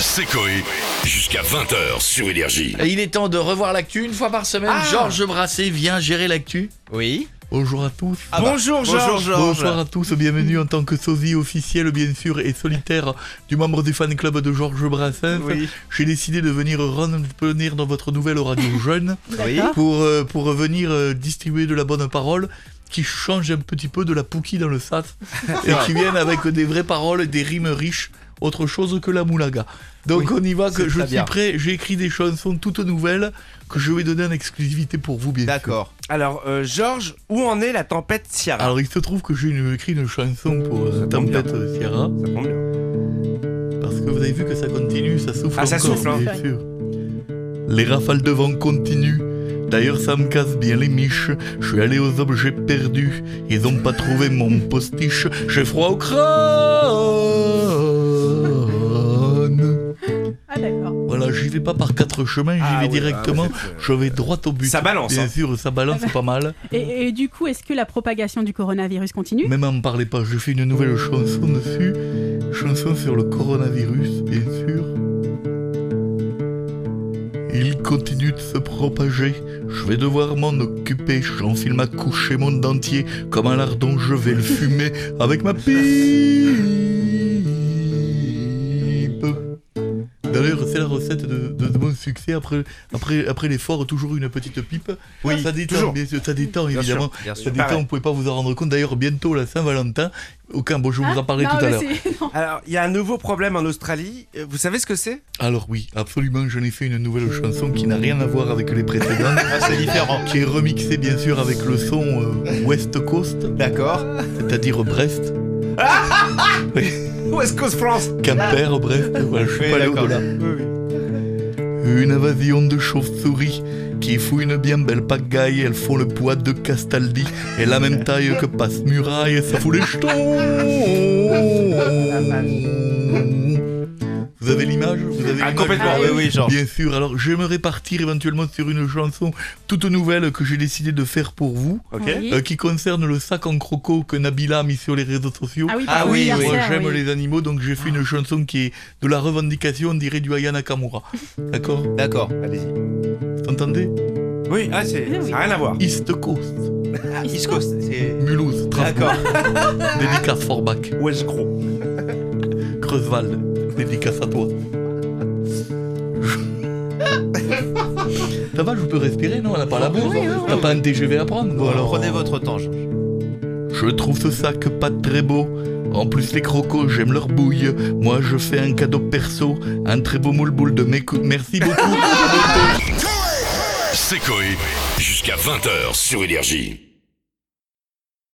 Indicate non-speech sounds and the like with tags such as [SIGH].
C'est Coé. Jusqu'à 20h sur Énergie. Et Il est temps de revoir l'actu une fois par semaine. Ah. Georges Brassé vient gérer l'actu. Oui. Bonjour à tous. Ah bah, bonjour, Georges. Bonsoir à tous, bienvenue en tant que sosie officiel, bien sûr, et solitaire du membre du fan club de Georges Brassens. Oui. J'ai décidé de venir revenir dans votre [LAUGHS] nouvelle radio jeune Oui. pour, euh, pour venir euh, distribuer de la bonne parole qui change un petit peu de la pouki dans [LAUGHS] le sas et qui viennent avec des vraies paroles, des rimes riches, autre chose que la moulaga. Donc on y va, que c'est je très suis bien. prêt, j'ai écrit des chansons toutes nouvelles que je vais donner en exclusivité pour vous, bien sûr. D'accord. Alors, euh, Georges, où en est la tempête Ciara Alors il se trouve que j'ai une- écrit une chanson pour euh, Tempête euh, Sierra. Ça tombe bien. Parce que vous avez vu que ça continue, ça souffle Ah, ça encore, souffle, hein. bien sûr. Les rafales de vent continuent. D'ailleurs, ça me casse bien les miches. Je suis allé aux objets perdus. Ils ont pas trouvé mon postiche. J'ai froid au crâne. Ah d'accord. Voilà, j'y vais pas par quatre chemins, j'y Ah vais oui, directement. je vais droit au but. Ça balance, Bien hein. sûr, ça balance pas mal. Et, et du coup, est-ce que la propagation du coronavirus continue Même en parlez pas, je fais une nouvelle chanson dessus. Chanson sur le coronavirus, bien sûr. Il continue de se propager. Je vais devoir m'en occuper. J'enfile ma couche et mon dentier. Comme un lardon, je vais le fumer avec ma pipe. D'ailleurs, c'est la recette de, de, de mon succès. Après, après, après l'effort, toujours une petite pipe. Oui, ça détend, toujours. bien sûr, ça détend sûr, évidemment. bien Ça sûr. détend, Pareil. vous pouvez pas vous en rendre compte. D'ailleurs, bientôt la Saint-Valentin. Aucun bon, je vous en parlais Ah, Non, tout à mais l'heure. c'est- non. Alors, il y a un nouveau problème en Australie. Euh, Vous savez ce que c'est Alors oui, absolument, j'en ai fait une nouvelle chanson qui n'a rien à voir avec les précédentes. Ah, C'est différent. Qui est remixée bien sûr avec le son euh, West Coast, D'accord. c'est-à-dire Brest, West Coast France. Quimper, Brest. Voilà, je suis Oui, pas allé d'accord. au-delà. Oui, oui. Une invasion de chauves-souris qui fout une bien belle pagaille. Elles font le poids de Castaldi et la même taille que passe muraille. Ça fout les jetons. Vous avez l'image Vous avez Ah, l'image complètement. Oui, oui, Georges. Bien sûr. Alors j'aimerais partir éventuellement sur une chanson toute nouvelle que j'ai décidé de faire pour vous, Ok. Oui. euh, qui concerne le sac en croco que Nabila a mis sur les réseaux sociaux. Ah oui, Ah par oui, oui. Moi anniversaire, j'aime oui. les animaux, donc j'ai fait une chanson qui est de la revendication, on dirait du Aya Nakamura. D'accord D'accord. Allez-y. T'entendez Oui, ah, c'est, Oui, oui. ça n'a rien à voir. East Coast, Ah, East Coast, c'est. Mulhouse, D'accord. dédicace Forbach, West Gros. Creusval, dédicace à toi. Ça va, je peux respirer, non On n'a pas la bourse. Oui, oui, oui. T'as pas un TGV à prendre quoi, alors Prenez votre temps, Georges. Je trouve ce sac pas très beau. En plus, les crocos, j'aime leur bouille. Moi, je fais un cadeau perso. Un très beau moule boule de mes coups. Merci beaucoup. C'est Coé. Jusqu'à 20h sur Énergie.